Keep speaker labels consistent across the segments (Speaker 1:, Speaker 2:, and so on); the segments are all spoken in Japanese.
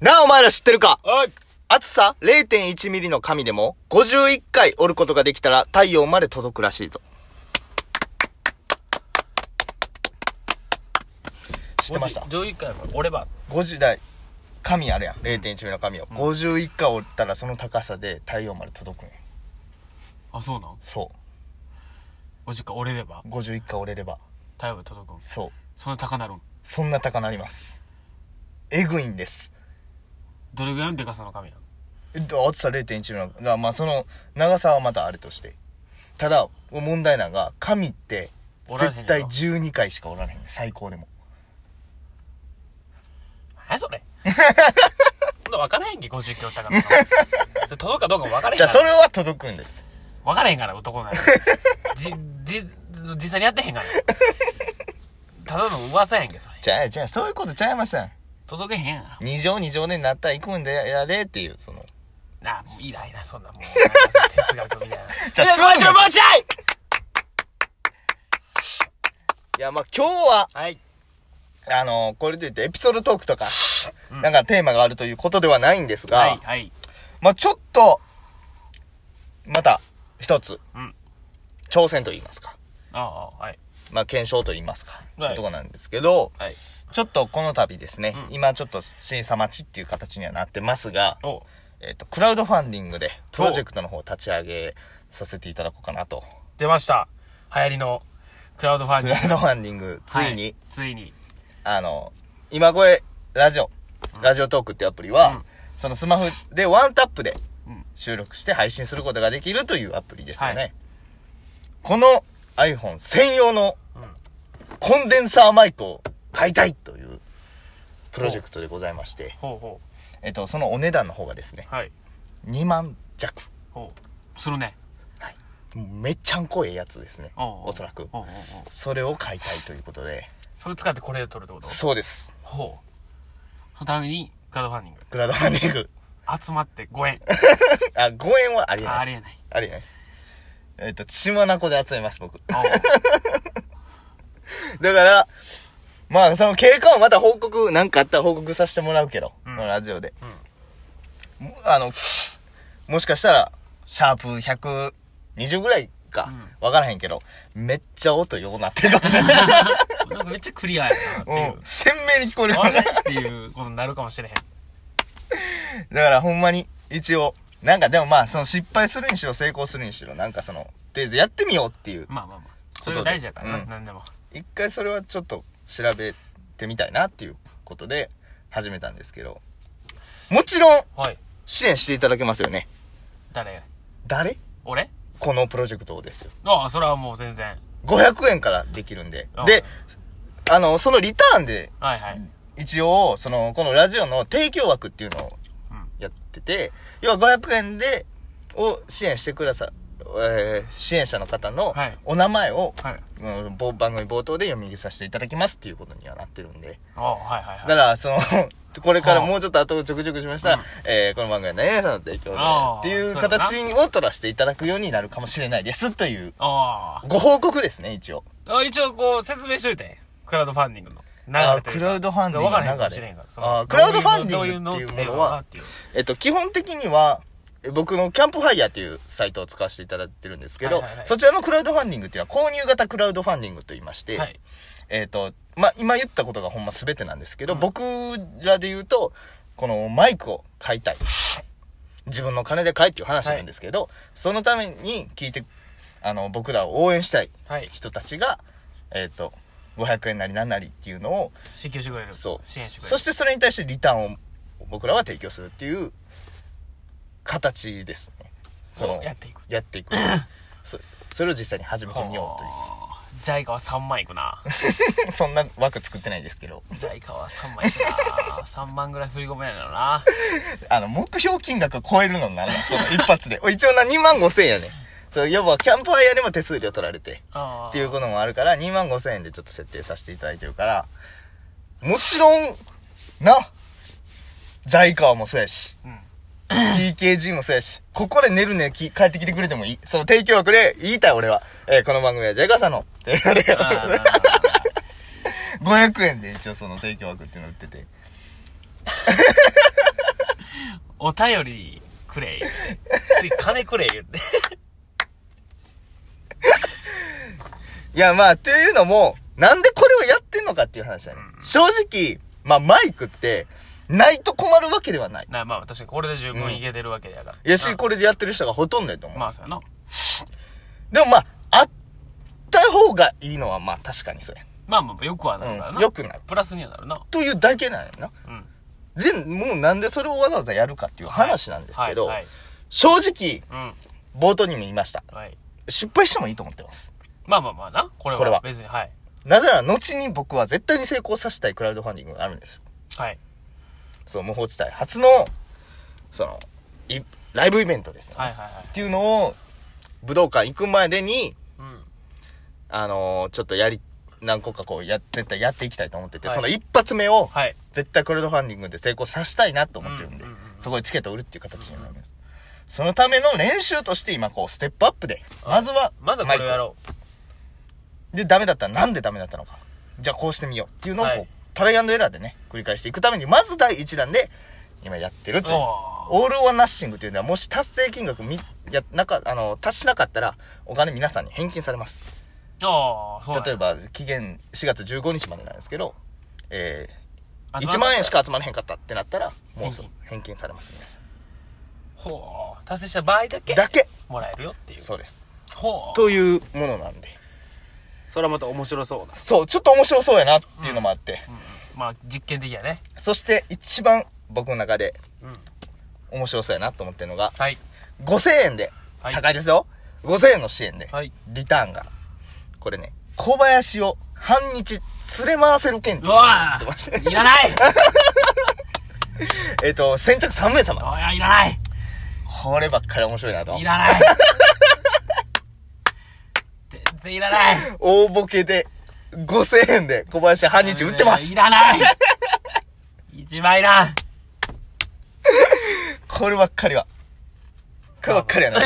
Speaker 1: なあ、お前ら知ってるか
Speaker 2: おい
Speaker 1: 厚さ0.1ミリの紙でも51回折ることができたら太陽まで届くらしいぞ。知ってました
Speaker 2: 上位回これ俺ば
Speaker 1: ?50 代。紙あるやん。0.1ミリの紙を。51回折ったらその高さで太陽まで届くんや。
Speaker 2: あそうなん
Speaker 1: そ
Speaker 2: 50回折れれば
Speaker 1: う。51回折れれば。
Speaker 2: 太陽が届くん
Speaker 1: そう。
Speaker 2: そんな高なるん
Speaker 1: そんな高なります。えぐいんです。
Speaker 2: どれぐらいのデカさの紙なん
Speaker 1: えっと、厚さ0.1ミリの、がまあその、長さはまたあれとして。ただ、問題なのが、紙って、
Speaker 2: おられへんや
Speaker 1: 絶
Speaker 2: ろ
Speaker 1: 対12回しかおられへんねん最高でも。
Speaker 2: 何やそ れほんな分からへんけ50キロ高の紙 それ届くかどうかも分からへん
Speaker 1: じ
Speaker 2: か
Speaker 1: ゃあ、
Speaker 2: ら
Speaker 1: それは届くんです。
Speaker 2: 分からへんから男ならじじ実際にやってへんからただの噂やんけそれ
Speaker 1: じゃあ、じゃあ、そういうことちゃいません。
Speaker 2: 届けへんやん
Speaker 1: 二乗二乗でなったら行くんでやれっていう、その。
Speaker 2: なあ、もういいないな、そんな、もう。哲学 みたいな。
Speaker 1: じゃあ
Speaker 2: いや
Speaker 1: そう
Speaker 2: もうちょい、もうちょい
Speaker 1: いや、まあ今日は、
Speaker 2: はい。
Speaker 1: あのこれといってエピソードトークとか、なんかテーマがあるということではないんですが、
Speaker 2: はい、はい。
Speaker 1: まあちょっと、また、一つ、
Speaker 2: うん
Speaker 1: 挑戦と言いますか。
Speaker 2: ああ、はい。
Speaker 1: まあ、検証と言いますか。と
Speaker 2: はい
Speaker 1: いうとこなんですけど、
Speaker 2: はい。
Speaker 1: ちょっとこの度ですね、今ちょっと審査待ちっていう形にはなってますが、
Speaker 2: お
Speaker 1: えっ、と、クラウドファンディングでプロジェクトの方を立ち上げさせていただこうかなと。
Speaker 2: 出ました。流行りの、クラウドファン
Speaker 1: ク
Speaker 2: デ
Speaker 1: ラ
Speaker 2: ィン
Speaker 1: ウ
Speaker 2: グ。
Speaker 1: ドファンディング、 ついに、
Speaker 2: はついに。
Speaker 1: あの、今声ラジオ、ラジオトークってアプリは、そのスマホでワンタップで
Speaker 2: うん
Speaker 1: 収録して配信することができるというアプリですよね。
Speaker 2: はい
Speaker 1: この iPhone 専用の
Speaker 2: ん
Speaker 1: コンデンサーマイクを買いたいというプロジェクトでございまして、
Speaker 2: ほうほ
Speaker 1: えっと、そのお値段の方がですね、
Speaker 2: う。はい。
Speaker 1: 2万弱。
Speaker 2: ほう。するね。
Speaker 1: めっちゃんこええやつですね。
Speaker 2: おう
Speaker 1: おそらく。
Speaker 2: おうおうおう
Speaker 1: それを買いたいということで。
Speaker 2: それ使ってこれで撮るってこと
Speaker 1: そうです。
Speaker 2: ほう。そのために、クラウドファンディング。
Speaker 1: グラドマネーグ。
Speaker 2: 集まって5円。
Speaker 1: あ、5円はありえないです。
Speaker 2: あありえない。
Speaker 1: ありえないです。えっ、と、島名湖で集めます、僕。
Speaker 2: おう
Speaker 1: だから、まあ、その経過をまた報告、なんかあったら報告させてもらうけど、
Speaker 2: うん
Speaker 1: このラジオで、もあの、もしかしたら、シャープ120ぐらいか、わからへんけど、めっちゃ音ようなってるかもしれない。
Speaker 2: なんかめっちゃクリアやなっていう
Speaker 1: うん、。鮮明に聞こえるか
Speaker 2: あ
Speaker 1: ら。
Speaker 2: れ
Speaker 1: だ
Speaker 2: っていうことになるかもしれへん。
Speaker 1: から、ほんまに、一応、なんかでもまあ、その失敗するにしろ、成功するにしろ、なんかその、とりあえずやってみようっていう、
Speaker 2: まあまあまあ。それが大事やから
Speaker 1: う
Speaker 2: な、
Speaker 1: ん
Speaker 2: なんでも。
Speaker 1: 一回それはちょっと調べてみたいなっていうことで始めたんですけど、もちろん
Speaker 2: はい。
Speaker 1: 支援していただけますよね。
Speaker 2: 誰
Speaker 1: 誰
Speaker 2: 俺
Speaker 1: このプロジェクトをですよ。
Speaker 2: ああ、それはもう全然。
Speaker 1: 500円からできるんで
Speaker 2: あ。
Speaker 1: で、あの、そのリターンで、
Speaker 2: はいはい。
Speaker 1: 一応、その、このラジオの提供枠っていうのを
Speaker 2: うん。
Speaker 1: やってて、要は500円で、を支援してくださ、えー支援者の方の
Speaker 2: はい
Speaker 1: お名前を、
Speaker 2: はい。
Speaker 1: うんぼ番組冒頭で読み上げさせていただきますっていうことにはなってるんで。
Speaker 2: ああ、はいはいは
Speaker 1: だ
Speaker 2: い。
Speaker 1: から、その、 これからもうちょっと後をちょくちょくしましたら、
Speaker 2: うん
Speaker 1: えー、この番組は何々さんの提供で
Speaker 2: あー、
Speaker 1: っていう形を取らせていただくようになるかもしれないです、という、
Speaker 2: あ
Speaker 1: ご報告ですね、一応。
Speaker 2: あ。あ一応こう説明しといて。クラウドファンディングの流
Speaker 1: あー
Speaker 2: れというか。
Speaker 1: クラウドファンディングの流れ
Speaker 2: わからへんかもしれんからその
Speaker 1: あークラウドファンディングっ
Speaker 2: どい
Speaker 1: ていうものは
Speaker 2: どい
Speaker 1: えっと、基本的には、え僕のキャンプファイヤーっていうサイトを使わせていただいてるんですけど、
Speaker 2: はいはいはい
Speaker 1: そちらのクラウドファンディングっていうのは購入型クラウドファンディングと言いまして、
Speaker 2: はい。
Speaker 1: えっ、と、まあ、今言ったことがほんま全てなんですけど、僕らで言うと、このマイクを買いたい。自分の金で買いっていう話なんですけど、そのために聞いて、あの、僕らを応援したい
Speaker 2: はい
Speaker 1: 人たちが、えっ、と、500円なり何なりっていうのを、
Speaker 2: 支給してくれる。
Speaker 1: そう。
Speaker 2: 支援してくれる。
Speaker 1: そしてそれに対してリターンを僕らは提供するっていう形ですね。その、
Speaker 2: やっていく。
Speaker 1: やってい く。そそれを実際に始めてみようという。
Speaker 2: ジャイカは3万い くな。
Speaker 1: そんな枠作ってないですけど。
Speaker 2: ジャイカは3万いくな。3万ぐらい振り込めないのな。
Speaker 1: あの、目標金額を超えるのになんなんその一発で。お 一応な、2万5千円やね。そう、要は、キャンプファイヤーでも手数料取られて。
Speaker 2: ああ。
Speaker 1: っていうこともあるから、2万5千円でちょっと設定させていただいてるから、もちろん、な、ジャイカーもそうやし、
Speaker 2: うん
Speaker 1: TKG もそうやし、ここで寝るね、き帰ってきてくれてもいい。その提供はくれ、言いたい俺は。えーこの番組はジャイカーさんの、っていうの で
Speaker 2: あー。
Speaker 1: 500円で一応その提供枠っていうのを売ってて。
Speaker 2: お便りくれ、言うて。次、金くれ、言って。
Speaker 1: いや、まあ、っていうのも、なんでこれをやってんのかっていう話だね。正直、まあ、マイクって、ないと困るわけではない。
Speaker 2: なまあ、確かにこれで十分いけてるわけやから。
Speaker 1: いやし、
Speaker 2: うん
Speaker 1: これでやってる人がほとんどやと思う。
Speaker 2: まあ、そうやな。
Speaker 1: でもまあ、あった方がいいのは、まあ、確かにそうや。
Speaker 2: まあまあ、よくはなるから
Speaker 1: う
Speaker 2: な。
Speaker 1: ん。良くなる。
Speaker 2: プラスにはなるな。
Speaker 1: というだけなんやな。
Speaker 2: うん。
Speaker 1: で、もうなんでそれをわざわざやるかっていう話なんですけど、
Speaker 2: はい。
Speaker 1: 正直、
Speaker 2: はい
Speaker 1: 冒頭にも言いました。
Speaker 2: うん。はい。
Speaker 1: 失敗してもいいと思ってます。
Speaker 2: まあまあまあな。これ
Speaker 1: これは
Speaker 2: は。別に、はい。
Speaker 1: なぜなら、後に僕は絶対に成功させたいクラウドファンディングがあるんですよ。
Speaker 2: はい。
Speaker 1: その無法地帯初の、その、いライブイベントですね。
Speaker 2: はいはいはい
Speaker 1: っ。ていうのを、武道館行くまでに、
Speaker 2: うん。
Speaker 1: あのーちょっとやり、何個かこう、や、絶対やっていきたいと思ってて、
Speaker 2: はい
Speaker 1: その一発目を、
Speaker 2: はい。
Speaker 1: 絶対クラウドファンディングで成功させたいなと思ってるんで、
Speaker 2: うんうんうん
Speaker 1: そこでチケットを売るっていう形になります。そのための練習として今こう、ステップアップで、まずは、
Speaker 2: まずはこれをやろ
Speaker 1: う。で、ダメだったらなんでダメだったのか。じゃあこうしてみようっていうのをこう、
Speaker 2: はい
Speaker 1: トライアンドエラーでね、繰り返していくために、まず第一弾で、今やってる
Speaker 2: う。
Speaker 1: という。
Speaker 2: おー
Speaker 1: オール・オア・ナッシングというのは、もし達成金額み、や、なか、あの、達しなかったら、お金皆さんに返金されます。
Speaker 2: ああ、そうなんや
Speaker 1: 例え、ば期限4月15日までなんですけど、えー、
Speaker 2: あ
Speaker 1: 1万円し。か集まらへんかったってなったらもうそ
Speaker 2: 返
Speaker 1: 返金されます皆さん
Speaker 2: ほう。達成した場合だけ。
Speaker 1: だけ
Speaker 2: もらえるよっていう。
Speaker 1: そうです
Speaker 2: ほう。
Speaker 1: というものなんで
Speaker 2: それはまた面白そうだ。
Speaker 1: そうちょっと面白そうやなっていうのもあって、
Speaker 2: まあ、実験的やね。
Speaker 1: そして一番僕の中で
Speaker 2: うん。
Speaker 1: 面白そうやなと思ってるのが
Speaker 2: はい。
Speaker 1: 5000円で、
Speaker 2: はい
Speaker 1: 高いですよ5000円の支援で、
Speaker 2: はい
Speaker 1: リターンがこれね小林を半日連れ回せる券っていう
Speaker 2: う
Speaker 1: のが
Speaker 2: わ
Speaker 1: 出てまして
Speaker 2: ーいらない
Speaker 1: えっと先着3名様
Speaker 2: おいいらない
Speaker 1: こればっかり面白いなと
Speaker 2: い らない全然いらない
Speaker 1: 大ボケで5000円で小林半日売ってます
Speaker 2: い。らない 一番いらん
Speaker 1: こればっかりは。こればっかりはな。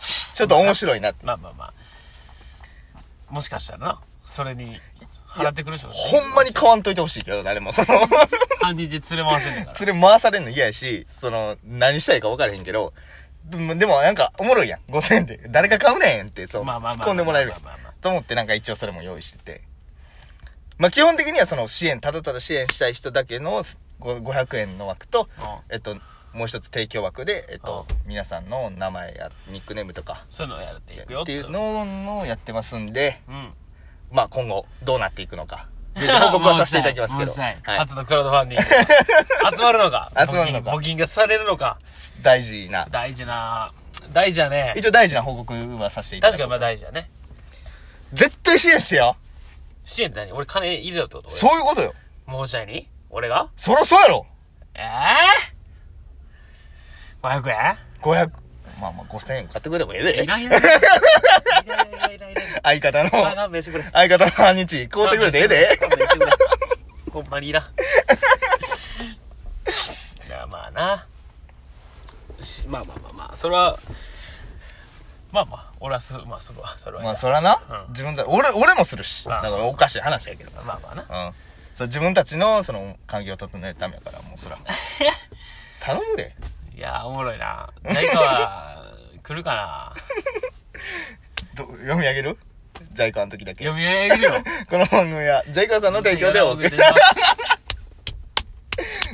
Speaker 1: ちょっと面白いなって。
Speaker 2: まあまあまあ。もしかしたらな、それに、払ってくる人が
Speaker 1: ほんまに買わんといてほしいけど、誰も。その、
Speaker 2: 半日連れ回せんねんから。
Speaker 1: 連れ回されんの嫌やし、その、何したいか分からへんけど、でも、でもなんか、おもろいやん。5000円で。誰が買うねんって、そう、
Speaker 2: ま
Speaker 1: 突
Speaker 2: あまあまあ
Speaker 1: っ込んでもらえるやん
Speaker 2: まあまあまあ。
Speaker 1: と思って、なんか一応それも用意してて。まあ基本的にはその支援、ただただ支援したい人だけのご500円の枠と、
Speaker 2: う
Speaker 1: えっと、もう一つ提供枠で、えっと、
Speaker 2: う
Speaker 1: 皆さんの名前やニックネームとか、
Speaker 2: そういうのをやるっていくよ
Speaker 1: っていうのをやってますんで、
Speaker 2: うん。
Speaker 1: まあ今後どうなっていくの か、ぜひ報告はさせていただきますけど、
Speaker 2: もうしない
Speaker 1: はい、
Speaker 2: 初のクラウドファンディ ング。集まるのか。
Speaker 1: 集まるのか
Speaker 2: 募金募金がされるのか。
Speaker 1: 大事な、
Speaker 2: 大事な、大事だね。
Speaker 1: 一応大事な報告はさせていただ
Speaker 2: 確
Speaker 1: き
Speaker 2: か
Speaker 1: ま
Speaker 2: にまあ大事だね。
Speaker 1: す。絶対支援してよ
Speaker 2: 支援って何俺金入れろってこと
Speaker 1: そういうことよ
Speaker 2: 俺もうちゃいに俺が
Speaker 1: そろそうやろ
Speaker 2: えぇ、ー、?500 円
Speaker 1: !500、まあまあ5000円買ってくれてもええ
Speaker 2: い
Speaker 1: で。
Speaker 2: らんいらん。いらんいらんい らんいらん。
Speaker 1: 相方の、
Speaker 2: まあ、勘弁してくれ。
Speaker 1: 相方の半日買うてくれてええで。
Speaker 2: 勘弁してくれ。ほんまにいらん。じゃあまあな。しまあまあまあまあ、それは、まあまあ、俺はする、まあそれは、それはいい
Speaker 1: ま
Speaker 2: や
Speaker 1: あそらな、
Speaker 2: うん
Speaker 1: 自分た俺、俺もするし。
Speaker 2: うん
Speaker 1: だからおかしい話やけど。
Speaker 2: まあまあな。
Speaker 1: うん。そう自分たちの、その、環境を整えるためやから、もうそ ら。頼むで。
Speaker 2: いやー、おもろいな。誰かは、来るかな。
Speaker 1: ど読み上げるジャイカの時だけ。
Speaker 2: 読み上げるよ。
Speaker 1: この番組は、ジャイカさんの提供でお送り。
Speaker 2: てします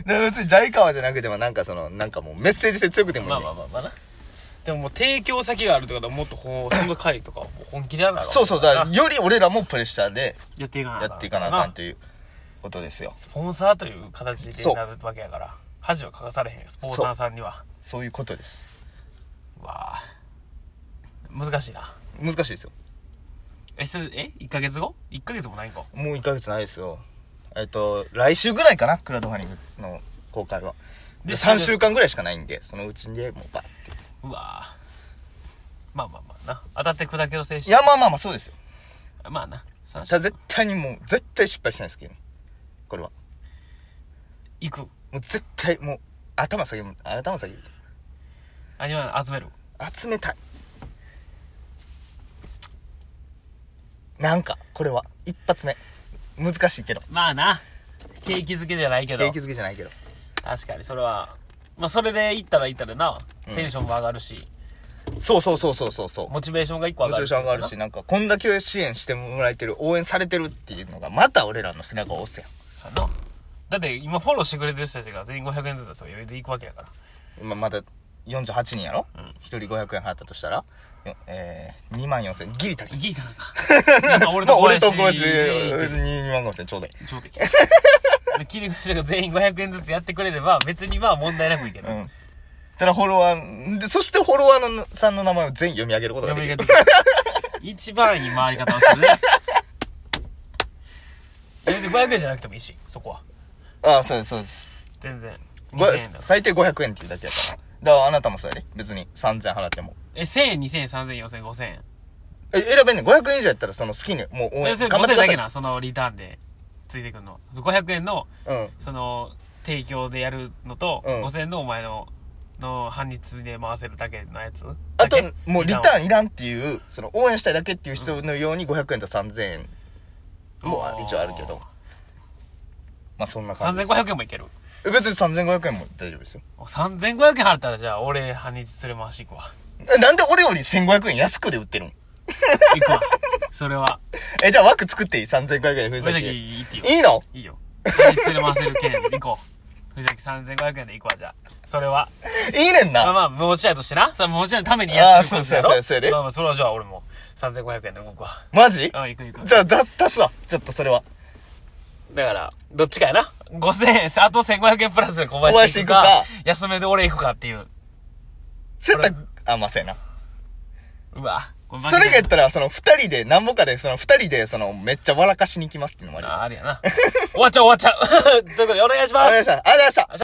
Speaker 1: で別にジャイカはじゃなくても、なんかその、なんかもうメッセージ性強くてもいい、
Speaker 2: まあまあまあまあな。でももう提供先があるってことはもっとほんその回とかはもう本気でやらなあかん
Speaker 1: そうそう、だから、より俺らもプレッシャーで
Speaker 2: やっていかな
Speaker 1: やっていかなあかんということですよ。
Speaker 2: スポンサーという形でなるわけやから恥はかかされへんよスポンサーさんには
Speaker 1: そういうことです。
Speaker 2: うわあ難しいな
Speaker 1: 難しいですよ。
Speaker 2: えそれえ1ヶ月後 ?1 ヶ月もないんか
Speaker 1: もう1ヶ月ないですよ。えっと、来週ぐらいかな、クラウドファンディングの公開は。で、
Speaker 2: で
Speaker 1: 3週間ぐらいしかないんで、そのうちにねもうバッて。
Speaker 2: うわあまあまあまあな当たって砕けの精
Speaker 1: い
Speaker 2: 神
Speaker 1: や、まあまあまあ、そうですよ。
Speaker 2: まあなそら
Speaker 1: ただ絶対にもう、絶対失敗しないですけどね。これは。
Speaker 2: 行く
Speaker 1: もう絶対、もう、頭下げる、頭下げる。
Speaker 2: アニマル集める
Speaker 1: 集めたいなんかこれは一発目難しいけど
Speaker 2: まあな景気づけじゃないけど
Speaker 1: 景気づけじゃないけど
Speaker 2: 確かにそれはまあ、それで行ったら行ったでな、
Speaker 1: ん
Speaker 2: テンションも上がるし、
Speaker 1: そうそうそうそうそうそう。
Speaker 2: モチベーションが一個
Speaker 1: モ
Speaker 2: 上
Speaker 1: チ
Speaker 2: が
Speaker 1: ベーショ
Speaker 2: る。
Speaker 1: ン上がるし、なんか、こんだけ支援してもらえてる、応援されてるっていうのが、また俺らの背中を押すやん。
Speaker 2: そうやな。だって今フォローしてくれてる人たちが全員500円ずつですよ。余裕で行くわけやから。
Speaker 1: 今まだ48人やろ、一人500円払ったとしたら、よえー、2万4000円。ギリ足りん。
Speaker 2: ギータなん か。今
Speaker 1: ま
Speaker 2: 俺と
Speaker 1: あ、
Speaker 2: 小
Speaker 1: 俺と小林
Speaker 2: 林。
Speaker 1: で2万5000円ちょうだい。
Speaker 2: ちょうどいい。で切り口が全員500円ずつやってくれれば、別にまあ問題なくいける。
Speaker 1: うん。ただフォロワー、で、そしてフォロワーのさんの名前を全員読み上げることが
Speaker 2: 読
Speaker 1: で
Speaker 2: み
Speaker 1: き
Speaker 2: 上
Speaker 1: る。
Speaker 2: げてくれ一番いい回り方をするね。全然500円じゃなくてもいいし、そこは。
Speaker 1: ああ、そうです、そうです。
Speaker 2: 全然。
Speaker 1: ご
Speaker 2: 2000円だ。
Speaker 1: 最低500円っていうだけやから。だからあなたもそうやで。別に3000円払っても。
Speaker 2: え、1000円、2000円、3000円、4000円、5000円。
Speaker 1: え、選べんねん。500円以上やったらその好きに、もう応
Speaker 2: え
Speaker 1: 援。
Speaker 2: それ
Speaker 1: 頑張っ
Speaker 2: 5000
Speaker 1: てくだ
Speaker 2: 円だ
Speaker 1: さ
Speaker 2: け
Speaker 1: い。
Speaker 2: な、そのリターンでついてくるの。500円の、
Speaker 1: うん。
Speaker 2: その、提供でやるのと、
Speaker 1: うん
Speaker 2: 5000円のお前の、の半日で回せるだけのやつ
Speaker 1: あと
Speaker 2: だけ、
Speaker 1: もうリタ
Speaker 2: は
Speaker 1: ーンいらんっていう、その応援したいだけっていう人のように500円と3000円も
Speaker 2: あー
Speaker 1: 一応あるけど。まあそんな感じです。
Speaker 2: 3500円もいける。
Speaker 1: え別に3500円も大丈夫ですよ。
Speaker 2: 3500円払ったらじゃあ俺半日連れ回し行くわ。
Speaker 1: えなんで俺より1500円安くで売ってるん
Speaker 2: 行 くわ。それは。
Speaker 1: え、じゃあ枠作っていい ?3500 円で藤
Speaker 2: 藤崎
Speaker 1: 崎。い
Speaker 2: 行ってよ。
Speaker 1: いの
Speaker 2: いいよ。半日連れ回せるけれど、行こう。藤崎3500円で行くわ、じゃあ。それは。
Speaker 1: いいねん
Speaker 2: まあ
Speaker 1: な。
Speaker 2: まあ、持ち合いとしてな。それは持ち合いのためにやってる
Speaker 1: あー
Speaker 2: こと
Speaker 1: そうそう
Speaker 2: やろ
Speaker 1: そうそうやで
Speaker 2: まあまあ、それはじゃあ俺も3500円で動くわ。
Speaker 1: マジ
Speaker 2: うん、行く行く。
Speaker 1: じゃあ出す、出すわ。ちょっとそれは。
Speaker 2: だから、どっちかやな。5000円、あと1500円プラスで小林行くか、
Speaker 1: 小林
Speaker 2: 安めで俺行くかっていう。
Speaker 1: 絶対、あ、まあ、そうや
Speaker 2: うわ。これ
Speaker 1: な。それが言ったら、その二人で、なんぼかで、その二人で、その、めっちゃ笑かしに行きますっていうのもありだ。
Speaker 2: ああれやな。終わっちゃう終わっちゃう。ということでお願いし
Speaker 1: お
Speaker 2: ます
Speaker 1: 願い。します。ありがとうございました。